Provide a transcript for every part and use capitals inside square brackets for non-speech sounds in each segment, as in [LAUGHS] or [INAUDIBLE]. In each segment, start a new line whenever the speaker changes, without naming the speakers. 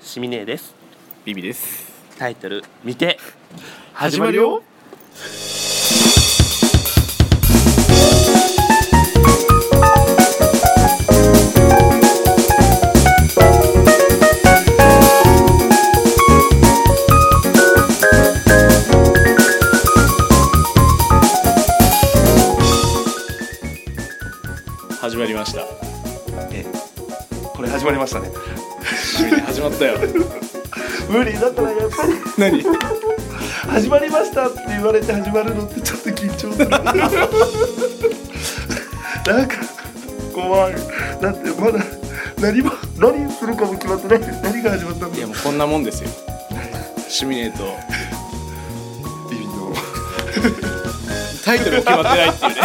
シミネです
ビビです
タイトル見て
始まるよ始まりました
えこれ始まりましたね
ついに始まったよ
無理だからやっぱ [LAUGHS] り
何
始まりましたって言われて始まるのってちょっと緊張す [LAUGHS] るなんか怖いだってまだ何も何するかも決まってない何が始まったん
い
だ
やもうこんなもんですよ [LAUGHS] シミネート
ビビの
タイトルも決まってないっていうね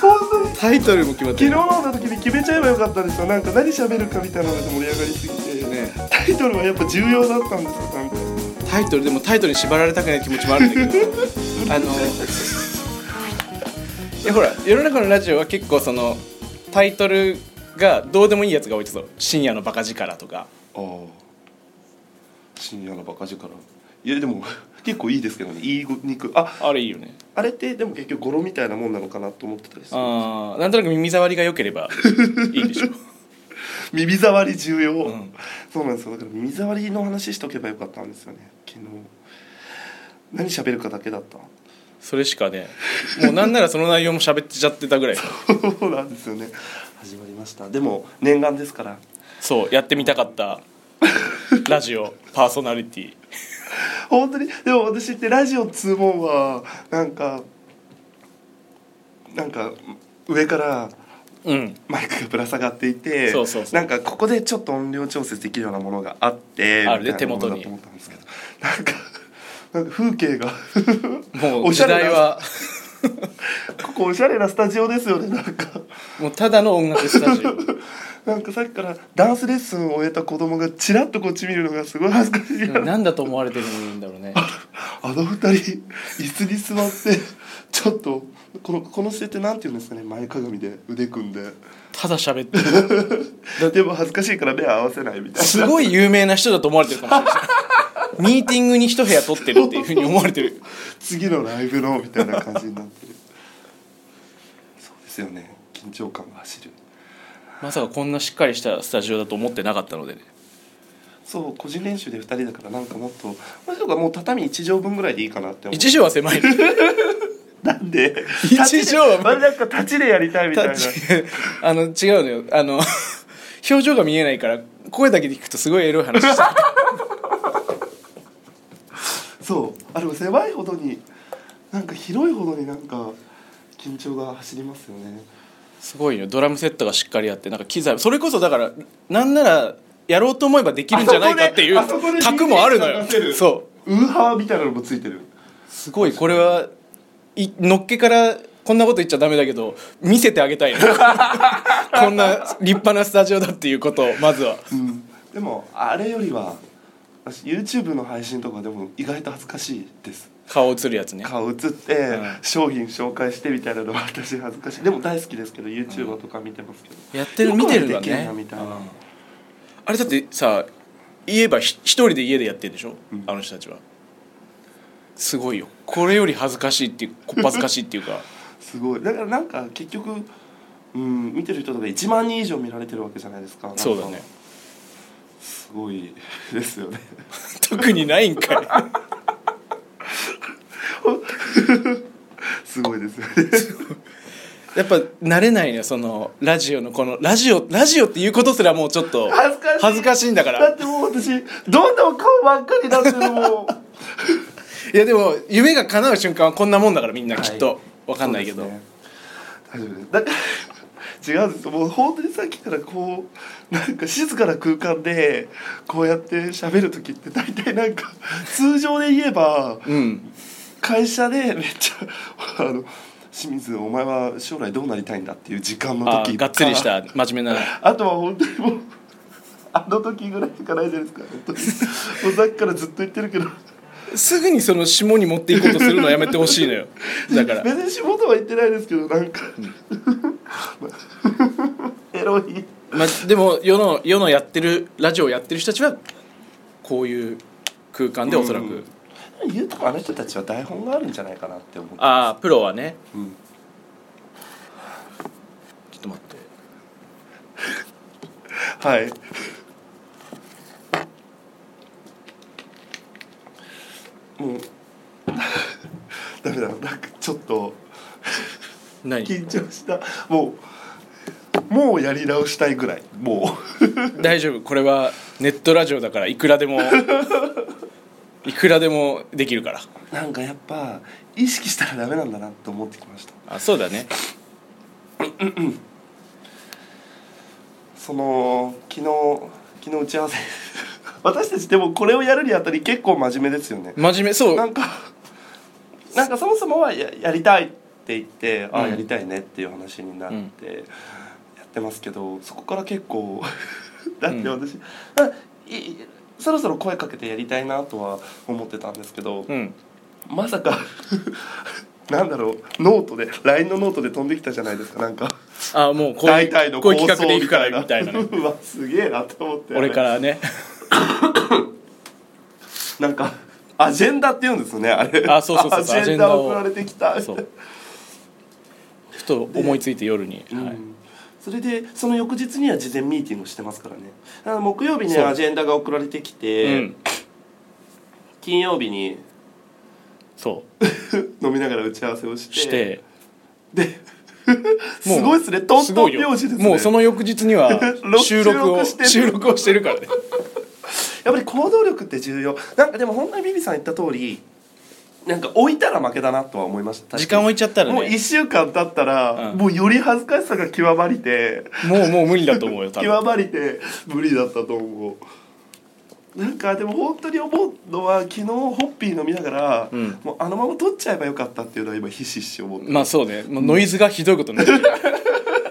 本当に
タイトルも決まっ
昨
て
日
ない
の時に決めちゃえばよかったんですよなんか何喋るかみたいなので盛り上がりすぎて、
ね
タイトルはやっぱ重要だったんですよなんか
タイトルでもタイトルに縛られたくない気持ちもあるんだけどあのいやほら世の中のラジオは結構そのタイトルがどうでもいいやつが多いですよ深夜のバカ力とか
ああ深夜のバカ力いやでも結構いいですけどねいいにくあ
あれいいよね
あれってでも結局語呂みたいなもんなのかなと思ってたりする
あーなんとなく耳障りが良ければいいでしょ
耳障り重要、
ん
そうなんですよだから耳障りの話しとけばよかったんですよね昨日何喋るかだけだった
それしかねもうなんならその内容も喋っちゃってたぐらい
そうなんですよね始まりましたでも念願ですから
そうやってみたかったラジオパーソナリティ
本当にでも私ってラジオ通問はなんかなんか上から
うん
マイクがぶら下がっていて
そうそうそう
なんかここでちょっと音量調節できるようなものがあって
あるね
みたいなものだ
手元に
と思ったんですけどなんかなんか [LAUGHS] 風景が
も
お
う
しゃ
時
れ
代
な
は
[LAUGHS] ここおしゃれなスタジオですよねなんか [LAUGHS]
もうただの音楽スタジオ
なんかさっきからダンスレッスンを終えた子供がちらっとこっち見るのがすごい恥ずかしいな
なんだと思われてるんだろうね
あの二人椅子に座ってちょっとこのこの姿勢ってなんていうんですかね前かがみで腕組んで
ただ喋ってる
でも恥ずかしいから目合わせないみたいな
すごい有名な人だと思われてるかもしれないミーティングに一部屋取ってるっていうふうに思われてる
次のライブのみたいな感じになってるそうですよね緊張感が走る
まさかこんなしっかりしたスタジオだと思ってなかったのでね
そう個人練習で2人だからなんかもっともうちょっともう畳1畳分ぐらいでいいかなって思
一畳は狭い
うなんで
一畳
[LAUGHS] 立ちでまるでなんか立ちでやりたいみたいな
あの違うのよあの [LAUGHS] 表情が見えないから声だけで聞くとすごいエロい話してる
そうあでも狭いほどになんか広いほどになんか緊張が走りますよね
すごいよドラムセットがしっかりあってなんか機材それこそだからなんならやろうと思えばできるんじゃないかってい
あそこで
う卓もあるのよ
あそこで DJ さん
そう
ウーハーみたいなのもついてる
すごいこれはいのっけからこんなこと言っちゃダメだけど見せてあげ [LAUGHS] たいねこんな立派なスタジオだっていうことをまずは
うんでもあれよりは私 YouTube の配信とかでも意外と恥ずかしいです
顔映るやつね
顔映って、
うん
商品紹介してみたいなのは私恥ずかしいでも大好きですけど YouTuber とか見てますけど、
やってる見てるんだ
よくでき
ね
なみたいな、
あれだってさ言えばひ一人で家でやってるでしょ、
ん
あの人たちはすごいよこれより恥ずかしいっていうこっぱずかしいっていう [LAUGHS] か
すごいだからなんか結局うん見てる人とか1万人以上見られてるわけじゃないですかなんか
そうだね
すごいですよね [LAUGHS]
特にないん [LAUGHS] かい
すごいですよね
やっぱ慣れないねそのラジオのこのラジオラジオっていうことすらもうちょっと
恥ずかしい
恥ずかしいんだから
だってもう私どんどん顔ばっかりになってるもう
いやでも夢が叶う瞬間はこんなもんだからみんなきっと、
はい
わかんないけど、
そうですね大丈夫ですだから違うんですもう本当にさっきからこうなんか静かな空間でこうやって喋る時って大体なんか通常で言えば
うん
会社でめっちゃあの清水お前は将来どうなりたいんだっていう時間の
あ
時
がっつりし
か
た真面目な
あとは本当にもうあの時ぐらいしかないじゃないですか本当にもうさっきからずっと言ってるけど
すぐにその下に持っていこうとするのやめてほしいの
[LAUGHS]
よだから
[LAUGHS] 別に仕事は言ってないですけどなんか、エロい
まあ、でも世の世のやってるラジオをやってる人たちはこういう空間でおそらく、
うん言うとこあの人たちは台本があるんじゃないかなって思う
ああプロはね
うん
ちょっと待って
はいもう [LAUGHS] ダメだなんかちょっと
何
緊張したもうもうやり直したいぐらいも
大丈夫これはネットラジオだからいくらで
[LAUGHS]
もいくらでもできるから
う [LAUGHS] なんかやっぱ意識したらダメなんだなって思ってきました
あそうだね
その昨日昨日打ち合わせ [LAUGHS] 私たちでもこれをやるにあたり結構真面目ですよね
真面目そう
なんかなんかそもそもはややりたいって言って、あ
う
あ
ん
やりたいねっていう話になって
うん
やってますけど、そこから結
[LAUGHS]
構だって
うん
私、あいいそろそろ声かけてやりたいなとは思ってたんですけど、
うん
まさか [LAUGHS] なんだろうノートで LINE のノートで飛んできたじゃないですかなんか
あもうこうい
大体
う
の
こ
構
う
想
いう企画でいくからみ
みた
た
い
い
な
なね
[LAUGHS] うわすげえなって思って
俺から
[LAUGHS]
ね
なんかアジェンダって言うんですよねあれ
あそうそうそうそう
アジェンダ
アジェンダを
送られてきた
そうふと思いついて夜に、はい
うんそれでその翌日には事前ミーティングしてますからねだから木曜日に
そう
アジェンダが送られてき
う
て、
ん
金曜日に [LAUGHS]
そ
飲みながら打ち合わせをし
う
て
して
で
[LAUGHS] もう
すごいですねトン
す
ト
ご
ン
いよ
拍子ですね
もうその翌日には収録を
[LAUGHS] 録してる
収録をしてるからね
やっぱり行動力って重要なんかでも本当にビビさん言った通りなんか置いたら負けだなとは思いました
時間置いちゃったらね
もう1週間経ったら、
うん
もうより恥ずかしさが極まりて
もうもう無理だと思うよ
[LAUGHS]
多分
極まりて無理だったと思うなんかでも本当に思うのは昨日ホッピー飲みながら、
うん
もうあのまま取っちゃえばよかったっていうのは今ひしひし思って、
まあそうねもうノイズがひどいことにな
[LAUGHS]
ってる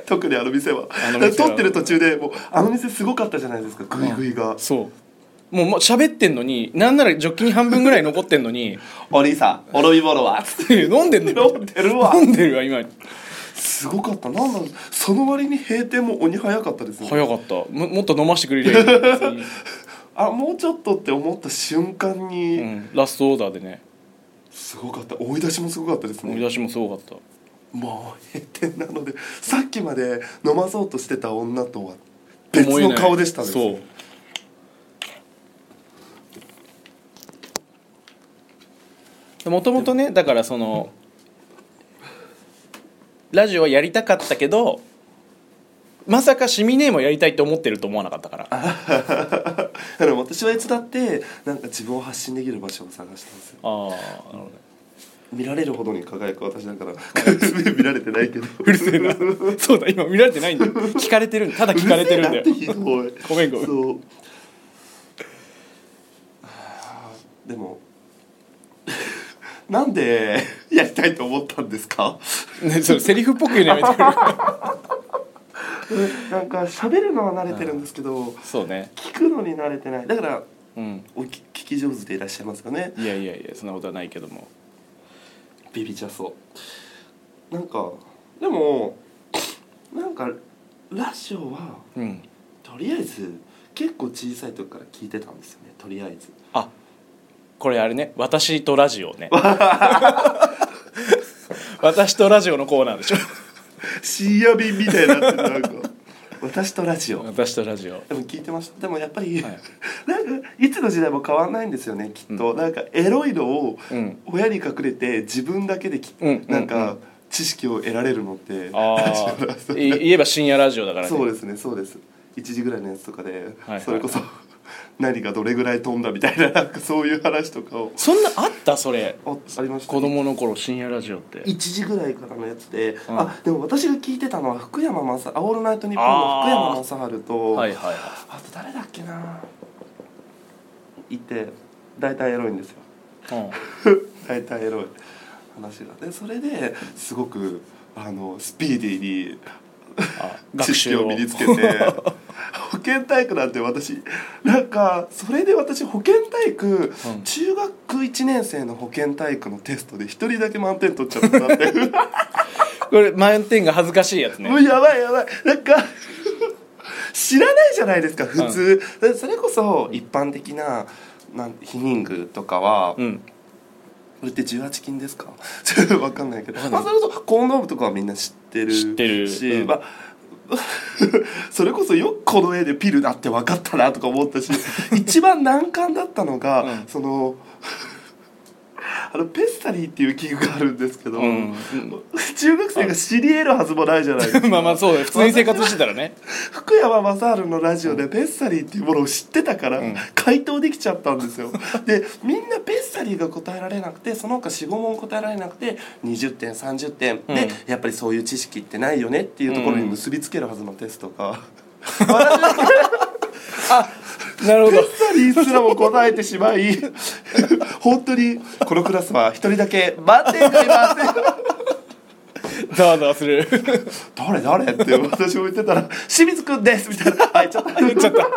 特にあの店は
あの店は
取ってる途中でもうあの店すごかったじゃないですかグイグイが、
そうもうもう喋ってんのになんならジョッキに半分ぐらい残ってんのに [LAUGHS]
お兄さんお飲み物 [LAUGHS] はつっ
飲んでんの
て
よ
飲んでるわ
飲んでるわ今
すごかったなんだろうその割に閉店も鬼早かったですね
早かったももっと飲ましてくれりゃいいのに別
[LAUGHS]
に、
あもうちょっとって思った瞬間に、
うん、ラストオーダーでね
すごかった追い出しもすごかったです
追い
ね
出しもすごかった
もう閉店なのでさっきまで飲まそうとしてた女とは別
思え
の
ない
顔でしたね
そうもともとねだからそのラジオはやりたかったけどまさかシミネーもやりたいと思ってると思わなかったから
[LAUGHS] だから私はいつだってなんか自分を発信できる場所を探してますよ
あーなるほどね
見られるほどに輝く私だから見られてない
[LAUGHS]
けど
うるせえなそうだ今見られてないんだよ聞かれてるんただ聞かれてるんだよ
うるせえなってひどい
ごめんごめん
そうあーでも [LAUGHS] なんでやりたいと思ったんですか
ね、それセリフっぽく言うのやめてくれる
[LAUGHS] なんか喋るのは慣れてるんですけど
そうね
聞くのに慣れてないだから
うん
おき聞き上手でいらっしゃいますよね
いやいやいやそんなことはないけども
ビビチャソなんかでもなんかラジオは
うん
とりあえず結構小さい時から聞いてたんですよねとりあえず
あこれあれね私とラジ [LAUGHS] オね私とラジオのコーナーでしょ
深夜便みたいになってるなんか [LAUGHS] 私とラジオ
私とラジオ
でも聞いてましたでもやっぱり、
はい
[LAUGHS] なんかいつの時代も変わんないんですよねきっと、なんかエロいのを
うん
親に隠れて自分だけでき、
うんうんうん
なんか知識を得られるのって
ああ言えば深夜ラジオだから
そう
ね
ですねそうです1時ぐらいのやつとかで、
はい
それこそ [LAUGHS] 何がどれぐらい飛んだみたいな [LAUGHS] なんかそういう話とかを
そんなあったそれ
あありました
子供の頃深夜ラジオって
1時ぐらいからのやつで、
うん
あでも私が聞いてたのは福山雅治「オールナイトニッポン」の福山雅治と、
はいはいはい
あと誰だっけないて大体エロいんですよ [LAUGHS]
[LAUGHS]
大体エロい話がでそれですごくあのスピーディーに
あ
知識を身につ
[LAUGHS]
けて保健体育なんて私なんかそれで私保健体育、
うん
中学1年生の保健体育のテストで一人だけ満点取っちゃったんだって、
[LAUGHS] これ満点が恥ずかしいやつね
もうやばいやばいなんか知らないじゃないですか普通、だからそれこそ一般的ななんヒニングとかは、
うん
これって18金ですか [LAUGHS] ちょっと分かんないけど、
わかんな
ま
い
あ、それこそコンドームとかはみんな知ってる
知ってる
し、
うん
まあ [LAUGHS] それこそよくこの絵でピルだって分かったなとか思
[LAUGHS]
ったし一番難関だったのが、
うん
その [LAUGHS] あのペスタリーっていう器具があるんですけど、
うん
中学生が知り得るはずもないじゃないですか
まあまあそうだよ普通に生活してたら [LAUGHS] ね
福山雅治のラジオでペッサリーっていうものを知ってたから
うん
回答できちゃったんですよでみんなペッサリーが答えられなくてその他45問答えられなくて20点30点で、
うん
やっぱりそういう知識ってないよねっていうところに結びつけるはずのテストが、
なるほ
ペッ
ど
サリーすらも答えてしまい本当にこのクラスは一人だけ満点がいません
ざわざわす [LAUGHS] る
誰誰って私も言ってたら「清水くんです」みたいな「はいちょっと言っちゃった」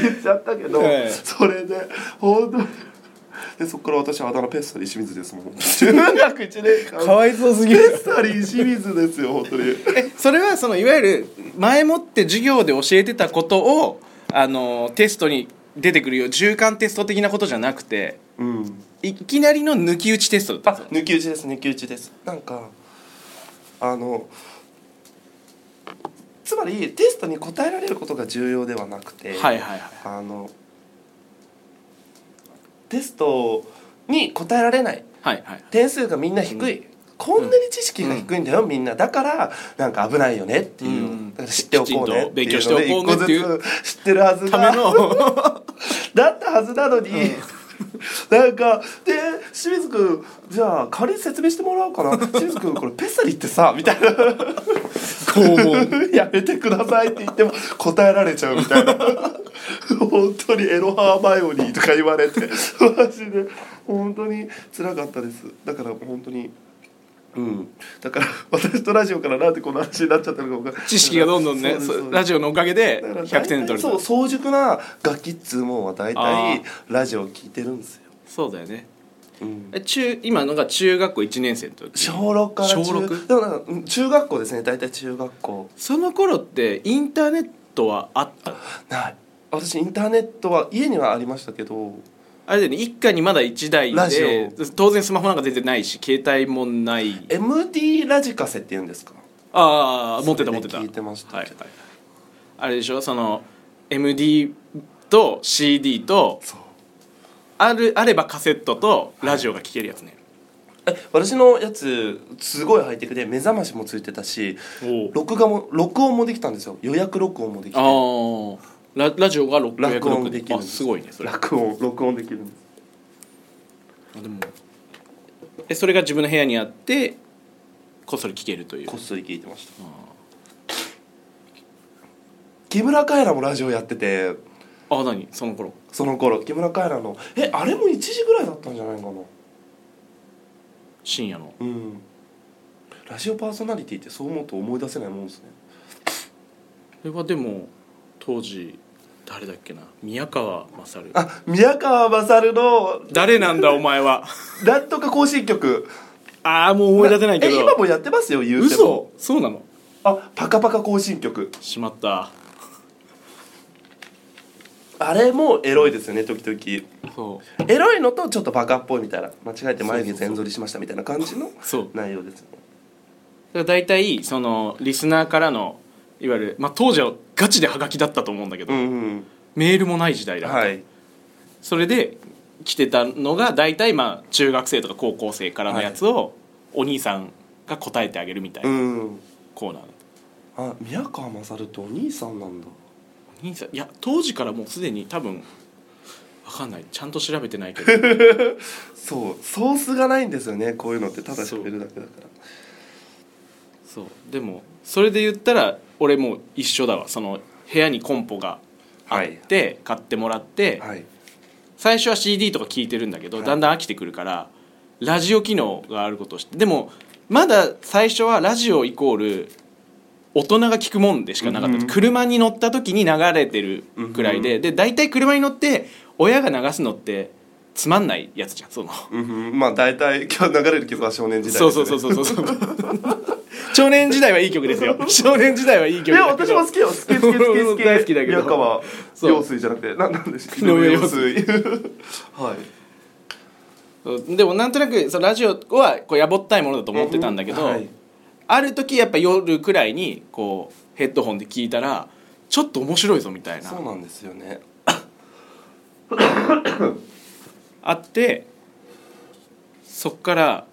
言っちゃったけど、
ええ
それで本当にでそっから私はあだ名ペッサリー清水で
[LAUGHS]
すもん中学1年間
かわいそうすぎ
ペ
る
ッサリー清水ですよ本当に
え [LAUGHS] それはそのいわゆる前もって授業で教えてたことをあのテストに出てくるよう中間テスト的なことじゃなくて
うん
いきなりの抜き打ちテストだった
あ
んですよ
抜き打ちです抜き打ちですなんかあのつまりテストに答えられることが重要ではなくて
はいはいはい
あのテストに答えられない
はいはい
点数がみんな低い、こんなに知識が低いんだよ、みんなだからなんか危ないよねっていう、
うん
だから知っておこうねって
きちんと勉強
いう
して
ので
おこうねっていう
一個ずつ知ってるはず
ため [LAUGHS]
が
の
だったはずなのに、なんかで清水君じゃあ仮に説明してもらおうかな清水君これペッサリってさみたいな
肛門
「やめてください」って言っても答えられちゃうみたいな本当にエロハーマイオニーとか言われてマジで本当に辛かったですだから本当にうんだから私とラジオからなんでこの話になっちゃったのか分かんない
知識がどんどんね
そうですそう
ラ
です
ジオのおかげで
だから大体
100点取れ
そう
た
早熟なガキっつうもんは大
あ
体ラジオを聞いてるんですよ、
そうだよね
うん、
え中今のが中学校1年生の時
小6から中
小六
でもなんかうん中学校ですね大体中学校
その頃ってインターネットはあったの
ない私インターネットは家にはありましたけど
あれだよね一家にまだ1台
ラジ
で
オ
当然スマホなんか全然ないし携帯もない
MD ラジカセって言うんですか
ああ持ってた
そ
持
れ
っ
で
てた
聞いてました
はい
けど
はいあれでしょその MD と CD と
そう
あるあればカセットとラジオが聴けるやつね、
え私のやつすごいハイテクで目覚ましもついてたし
お
録画も録音もできたんですよ予約録音もできて
おああララジオが600
録音できるん
あ
です
すごいねそれあ
録音録音できるんです
でもえそれが自分の部屋にあってこっそり聴けるという
こっそり聞いてました木村カエラもラジオやってて
ああ何その頃
その頃木村カエラのえあれも1時ぐらいだったんじゃないかな
深夜の
うんラジオパーソナリティってそう思うと思い出せないもんですね
それはでも当時誰だっけな宮川勝
あ宮川勝の
誰なんだお前は
なんとか更新曲
ああもう思い出せないけど
え今もやってますよ言うても
嘘そうなの
あパカパカ更新曲
しまった
あれもエロいですよね時々
そう
エロいのとちょっとバカっぽいみたいな間違えて眉毛全剃りしましたみたいな感じの
そう
内容ですよね
だいたいそのリスナーからのいわゆる、まあ、当時はガチでハガキだったと思うんだけど、
うんうん
メールもない時代だった、
はい
それで来てたのが大体まあ中学生とか高校生からのやつをお兄さんが答えてあげるみたいうなんコーナーだった、
あ宮川勝ってお兄さんなんだ
お兄さんいや当時からもうすでに多分わかんないちゃんと調べてないけ
[LAUGHS]
ど
そうソースがないんですよねこういうのってただ喋るだけだから
そうでもそれで言ったら俺もう一緒だわその部屋にコンポがあって、買ってもらって、
はい
最初は CD とか聞いてるんだけど、
はい
だんだん飽きてくるからラジオ機能があることを知ってでもまだ最初はラジオイコール大人が聞くもんでしかなかった、
うんうん
車に乗った時に流れてるくらいで、で大体車に乗って親が流すのってつまんないやつじゃんその
うん、まあ大体今日流れる曲は少年時代です
そ
よ
う
ね
そうそうそうそう [LAUGHS] 少年時代はいい曲です
[LAUGHS]
よ少年時代はいい曲
いや
だけ
私
ど
も好きよ好き好き好き
俺
好
も
き
大好きだけど
宮川
そう
陽水じゃなくてななんでした
井上陽
水はい
でもなんとなくそのラジオはこうやぼったいものだと思ってたんだけど、
うんはい
ある時やっぱ夜くらいにこうヘッドホンで聞いたらちょっと面白いぞみたいな
そうなんですよね
あってそっから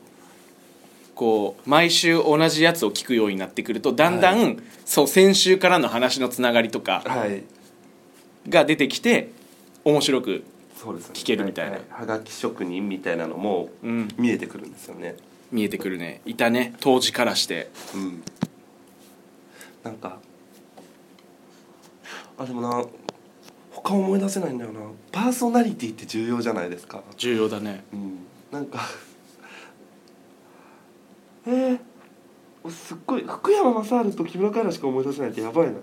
こう毎週同じやつを聞くようになってくるとだんだん、
は
そう先週からの話のつながりとか
はい
が出てきて面白く
そうですね
聞けるみたいな
ははがき職人みたいなのも
うん
見えてくるんですよね
見えてくるねいたね当時からして
うんなんかあでもな他思い出せないんだよなパーソナリティって重要じゃないですか
重要だね
うんなんか [LAUGHS] えー、すっごい福山雅治と木村カエラしか思い出せないってやばいな
も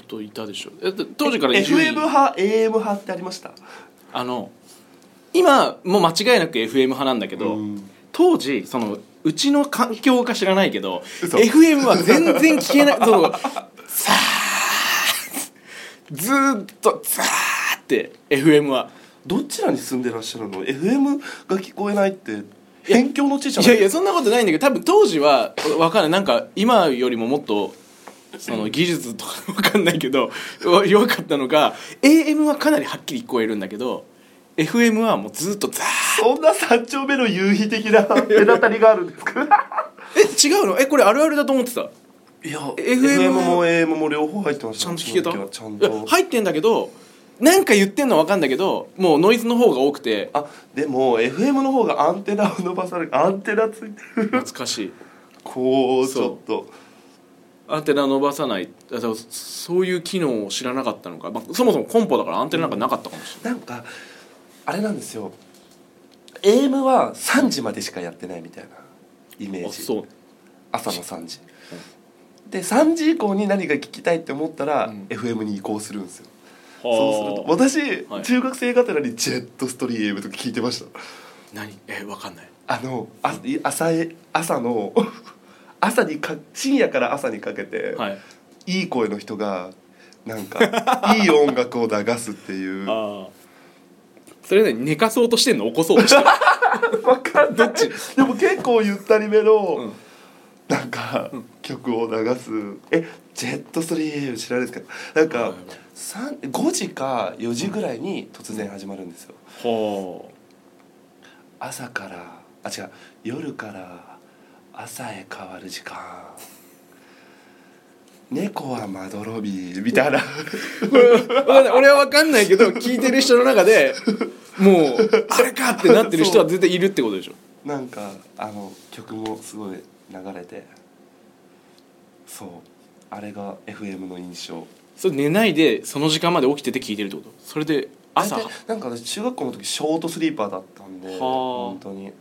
っといたでしょえだ [LAUGHS] 当時から伊集
FM
院
派 AM 派ってありました
あの今もう間違いなく FM 派なんだけど、
うん
当時そのうちの環境か知らないけど
嘘
FM は全然聞 [LAUGHS] けないそのさーずーっとザーって FM は
どちらに住んでらっしゃるの FM が聞こえないって辺境の地じゃ
い
ない
やいやそんなことないんだけど多分当時は分かんないなんか今よりももっとその技術とか分かんないけどわ弱かったのが AM はかなりはっきり聞こえるんだけど FM はもうずーっとザー
そんな三丁目の夕日的な目立たりがあるんで
[LAUGHS]
すか
え違うのえこれあるあるだと思ってた
いや
FM
FM も AM も両方入ってまし
ち
た
ゃんと聞けた
うちの時はちゃん
いや
と
入ってんだけどなんか言ってんのは分かんだけどもうノイズの方が多くて
あでも FM の方がアンテナを伸ばされるアンテナついてる [LAUGHS]
懐かしい
こうち
そ
ょ
う
っと
アンテナ伸ばさないあそうそういう機能を知らなかったのか、まあ、そもそもコンポだからアンテナなんかなかったかもし
なんかあれなんですよ AM は3時までしかやってないみたいなイ
れ
メ
ない、
ー
あ
ジ
そう
朝の3時、で3時以降に何か聞きたいって思ったら、
うん
FM に移行するんですよ
はあ
そうすると私、
はい
中学生がてらにジェットストリームとか聞いてました
何え分かんない
あのあい朝へ朝の [LAUGHS] 朝にか深夜から朝にかけて、
はい
い、い声の人がなんかいい音楽を流すっ
[LAUGHS]
ていうわ
ああそれね寝かそうとしてんの起こそうとして
[LAUGHS]
んの
かんないでも結構ゆったりめの、
うん
なんか、曲を流すえジェットストリーム知らないですかなん
はい
か
はい
三5時か4時ぐらいに突然始まるんですよ
ほ
朝からあ違う夜から朝へ変わる時間猫はまどろびみたいな
うわかんない俺は分かんないけど聞いてる人の中でもうあれかってなってる人は絶対いるってことでしょ
なんかあの曲もすごい流れてそうあれが FM の印象
それ寝ないでその時間まで起きてて聞いてるってことそれで朝
大体なんか私中学校の時ショートスリーパーだったんで
あ
本当に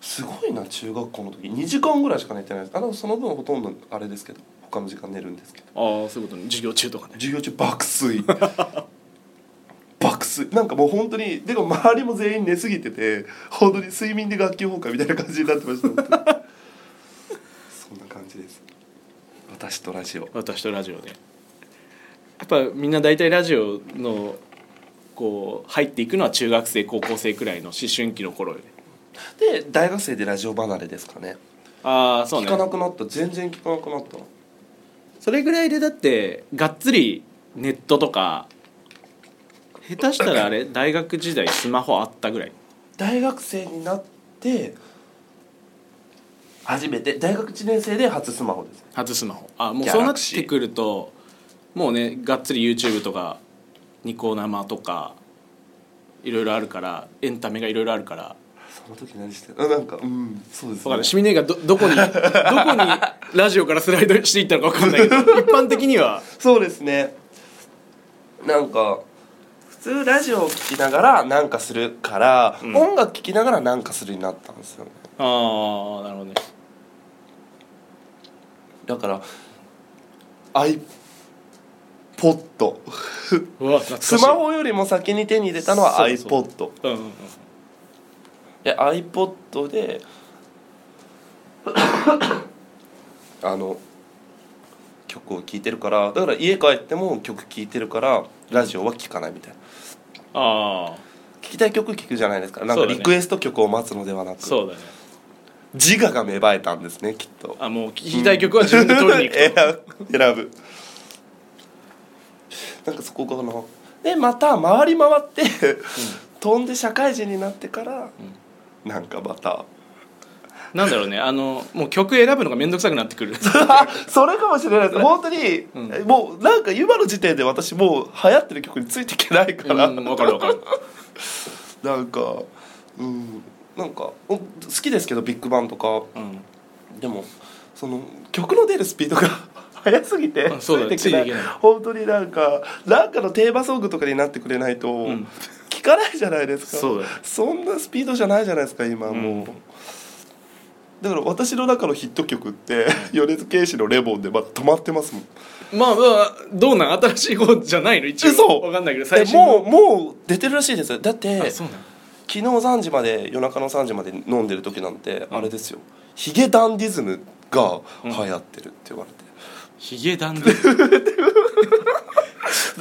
すごいな中学校の時2時間ぐらいしか寝てないですあでもその分ほとんどあれですけど他の時間寝るんですけど
ああそういうことね授業中とかね
授業中爆睡 [LAUGHS] 爆睡なんかもう本当にでも周りも全員寝すぎてて本当に睡眠で学級崩壊みたいな感じになってました本 [LAUGHS] 当にそんな感じです私とラジオ
私とラジオでやっぱみんな大体ラジオのこう入っていくのは中学生高校生くらいの思春期の頃よね
で大学生でラジオ離れですかね
ああそう
聞かな
ね
くなった全然聞かなくなった
それぐらいでだってがっつりネットとか下手したらあれ大学時代スマホあったぐらい
大学生になって初めて大学1年生で初スマホですね
初スマホあもうそうなってくるともうねがっつり YouTube とかニコ生とかいろいろあるからエンタメがいろいろあるから
その時何してあなんかうんそうです
わかんないシミネがどどこ [LAUGHS] にどこにラジオからスライドしていったのか分かんないけ [LAUGHS] ど一般的には
そうですねなんか普通ラジオを聴きながらなんかするから、
ん
音楽聴きながらなんかするようになったんですよね
ああなるほどね
だから iPod ポッド
うわ懐かしい
スマホよりも先に手に入れたのは
そうそう
iPod
うんうんうん
で iPod であの曲を聴いてるからだから家帰っても曲聴いてるからラジオは聴かないみたいな
ああ
聴きたい曲聴くじゃないですかなん
そ
か
うだ
リ
ね
クエスト曲を待つのではなく、
そうだね
自我が芽生えたんですねきっと
あもう聞きたい曲は自分で取りに [LAUGHS] 行くと、
選ぶ [LAUGHS] 選ぶなんかそこかなでまた回り回って、飛んで社会人になってから、なんかまた
なんだろうねあのもう曲選ぶのが面倒くさくなってくる
[LAUGHS] それかもしれないです本当に、
う
もうなんか今の時点で私もう流行ってる曲についていけないか
うん
ら、
わかるわかる
なんかうんなんかお好きですけどビッグバンとか
うん
でもその曲の出るスピードが [LAUGHS] 速すぎて
あそうだね
ついて
つい
い
てい
け
け
な
ないい
本当になんかなんかのテーマソングとかになってくれないと、
ん
聞かないじゃないですか
そうだよ
そんなスピードじゃないじゃないですか今もう、
うん
だから私の中のヒット曲って米津玄師の「レモン」でまだ止まってますもん
まあまあどうなん新しい方じゃないの一応
嘘
わかんないけど
え
最新
も
の
うもう出てるらしいですだって
あそ
昨
うなの
日3時まで夜中の3時まで飲んでる時なんてあれですよ、ヒゲダンディズムが流行ってるって言われて、
ヒゲダンディ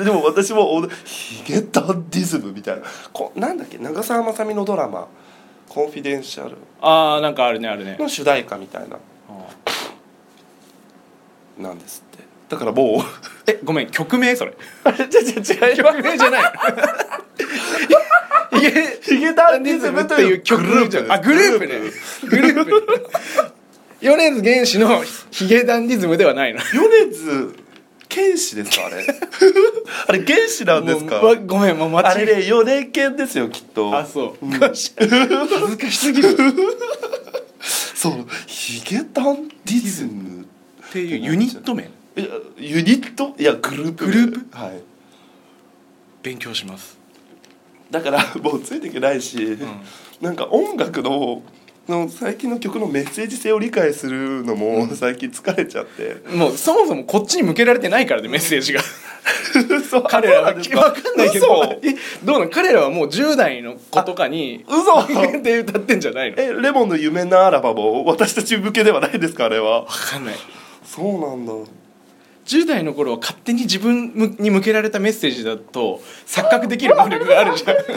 でも私もおヒゲダンディズムみたいなこなんだっけ長澤まさみのドラマ「コンフィデンシャル
[LAUGHS] ああなんかあるねある」ね
の主題歌みたいななんですってだからもう
えごめん曲名それ
[LAUGHS] あれじゃじゃ違
曲名じゃないヒゲ
ヒゲダンディズムという
曲
グループ
じゃあグループねグループ米津玄師のヒゲダンディズムではないの
米津玄師ですかあれ [LAUGHS] あれ玄師なんですか
もうわごめんもう間
あ
違
れ
え
ね米年犬ですよきっと
あそう、恥ずかしすぎるっ
そうヒゲダンディズム
ていうユニット名
いやユニットいやグループ
グルー
プはい
勉強します
だからもうついていけないし、なんか音楽のの最近の曲のメッセージ性を理解するのも最近疲れちゃって、
もうそもそもこっちに向けられてないからねメッセージが
[LAUGHS] そう
彼らは
そうなん
分
です
かんないけど
嘘
えどうなの彼らはもう10代の子とかに
嘘
[LAUGHS] で歌ってんじゃないの分
[LAUGHS] えレモンの夢ならばも私たち向けではないですかあれは
かんない
そうなんだ
10代の頃は勝手に自分に向けられたメッセージだと錯覚できる能力があるじゃん [LAUGHS]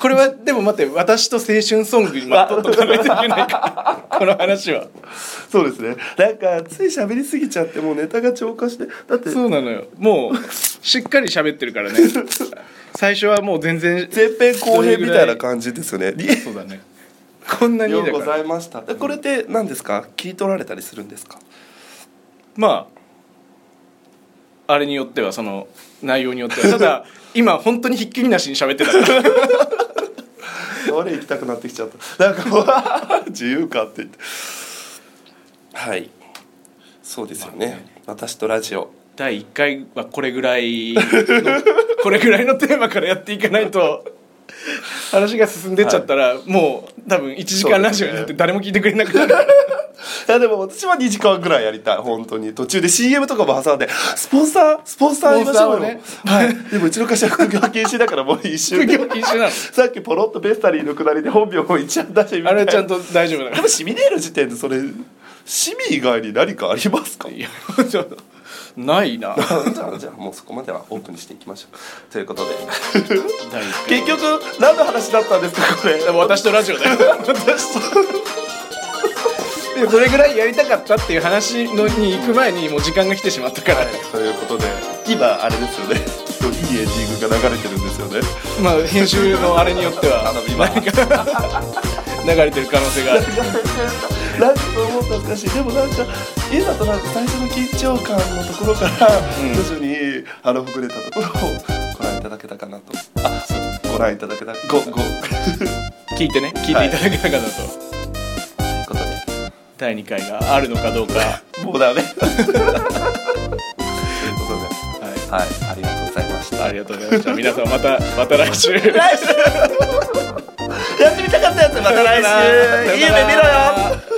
これはでも待って私と青春ソングにまとっとかないといけない [LAUGHS] からこの話は
そうですねなんかつい喋りすぎちゃってもうネタが超過してだって
そうなのよもうしっかり喋ってるからね最初はもう全然
前編後編みたいな感じですよね
そうだねこんなに
よう
だ
ご
か
ざ
ら
いましたえこれって何ですか切り取られたりするんですか
まああれによってはその内容によってはただ今本当にひっきりなしに喋ってたから
俺行きたくなってきちゃったなんかもう自由かって言ってはいそうですよね,、私とラジオ
第1回はこれぐらいのこれぐらいのテーマからやっていかないと話が進んでっちゃったら、もう多分1時間ラジオになって誰も聞いてくれなくなる
いやでも私は2時間ぐらいやりたい本当に途中で CM とかも挟んでスポンサースポンサー言いましょうよ、
ス
はい、でもうちの会社は副業禁止だからもう一周
副業禁止なの
さっきポロッとベスタリーのくだりで本名を一案出してみた
あれはちゃんと大丈夫だ
で
か
もシミネール時点でそれシミ以外に何かありますから
いやちょっとないな
じゃあじゃあもうそこまではオープンにしていきましょうということで
第一
結局何の話だったんですか
[LAUGHS]
これ
回私とラジオだよ私とでそれぐらいやりたかったっていう話のに行く前にもう時間が来てしまったから
ということで今あれですよね [LAUGHS] きっといいエンディングが流れてるんですよね
まあ編集のあれによっては
頼みます
何か流れてる可能性がある
[LAUGHS] なんかと思ったんですかしでもなんかいざとなると最初の緊張感のところから
ん
徐々にあのほぐれたところをご覧いただけたかなとあそうご覧いただけたごごというこ
聞いてね聞いていただけたかなと、
とで
第2回があるのかどうか、は
もうダメ [LAUGHS] ということではいありがとうございまし
い、
た
ありがとうございました皆さんまたまた来週
[LAUGHS] 来週やってみたかったやつまた来週いい夢見ろよ
よ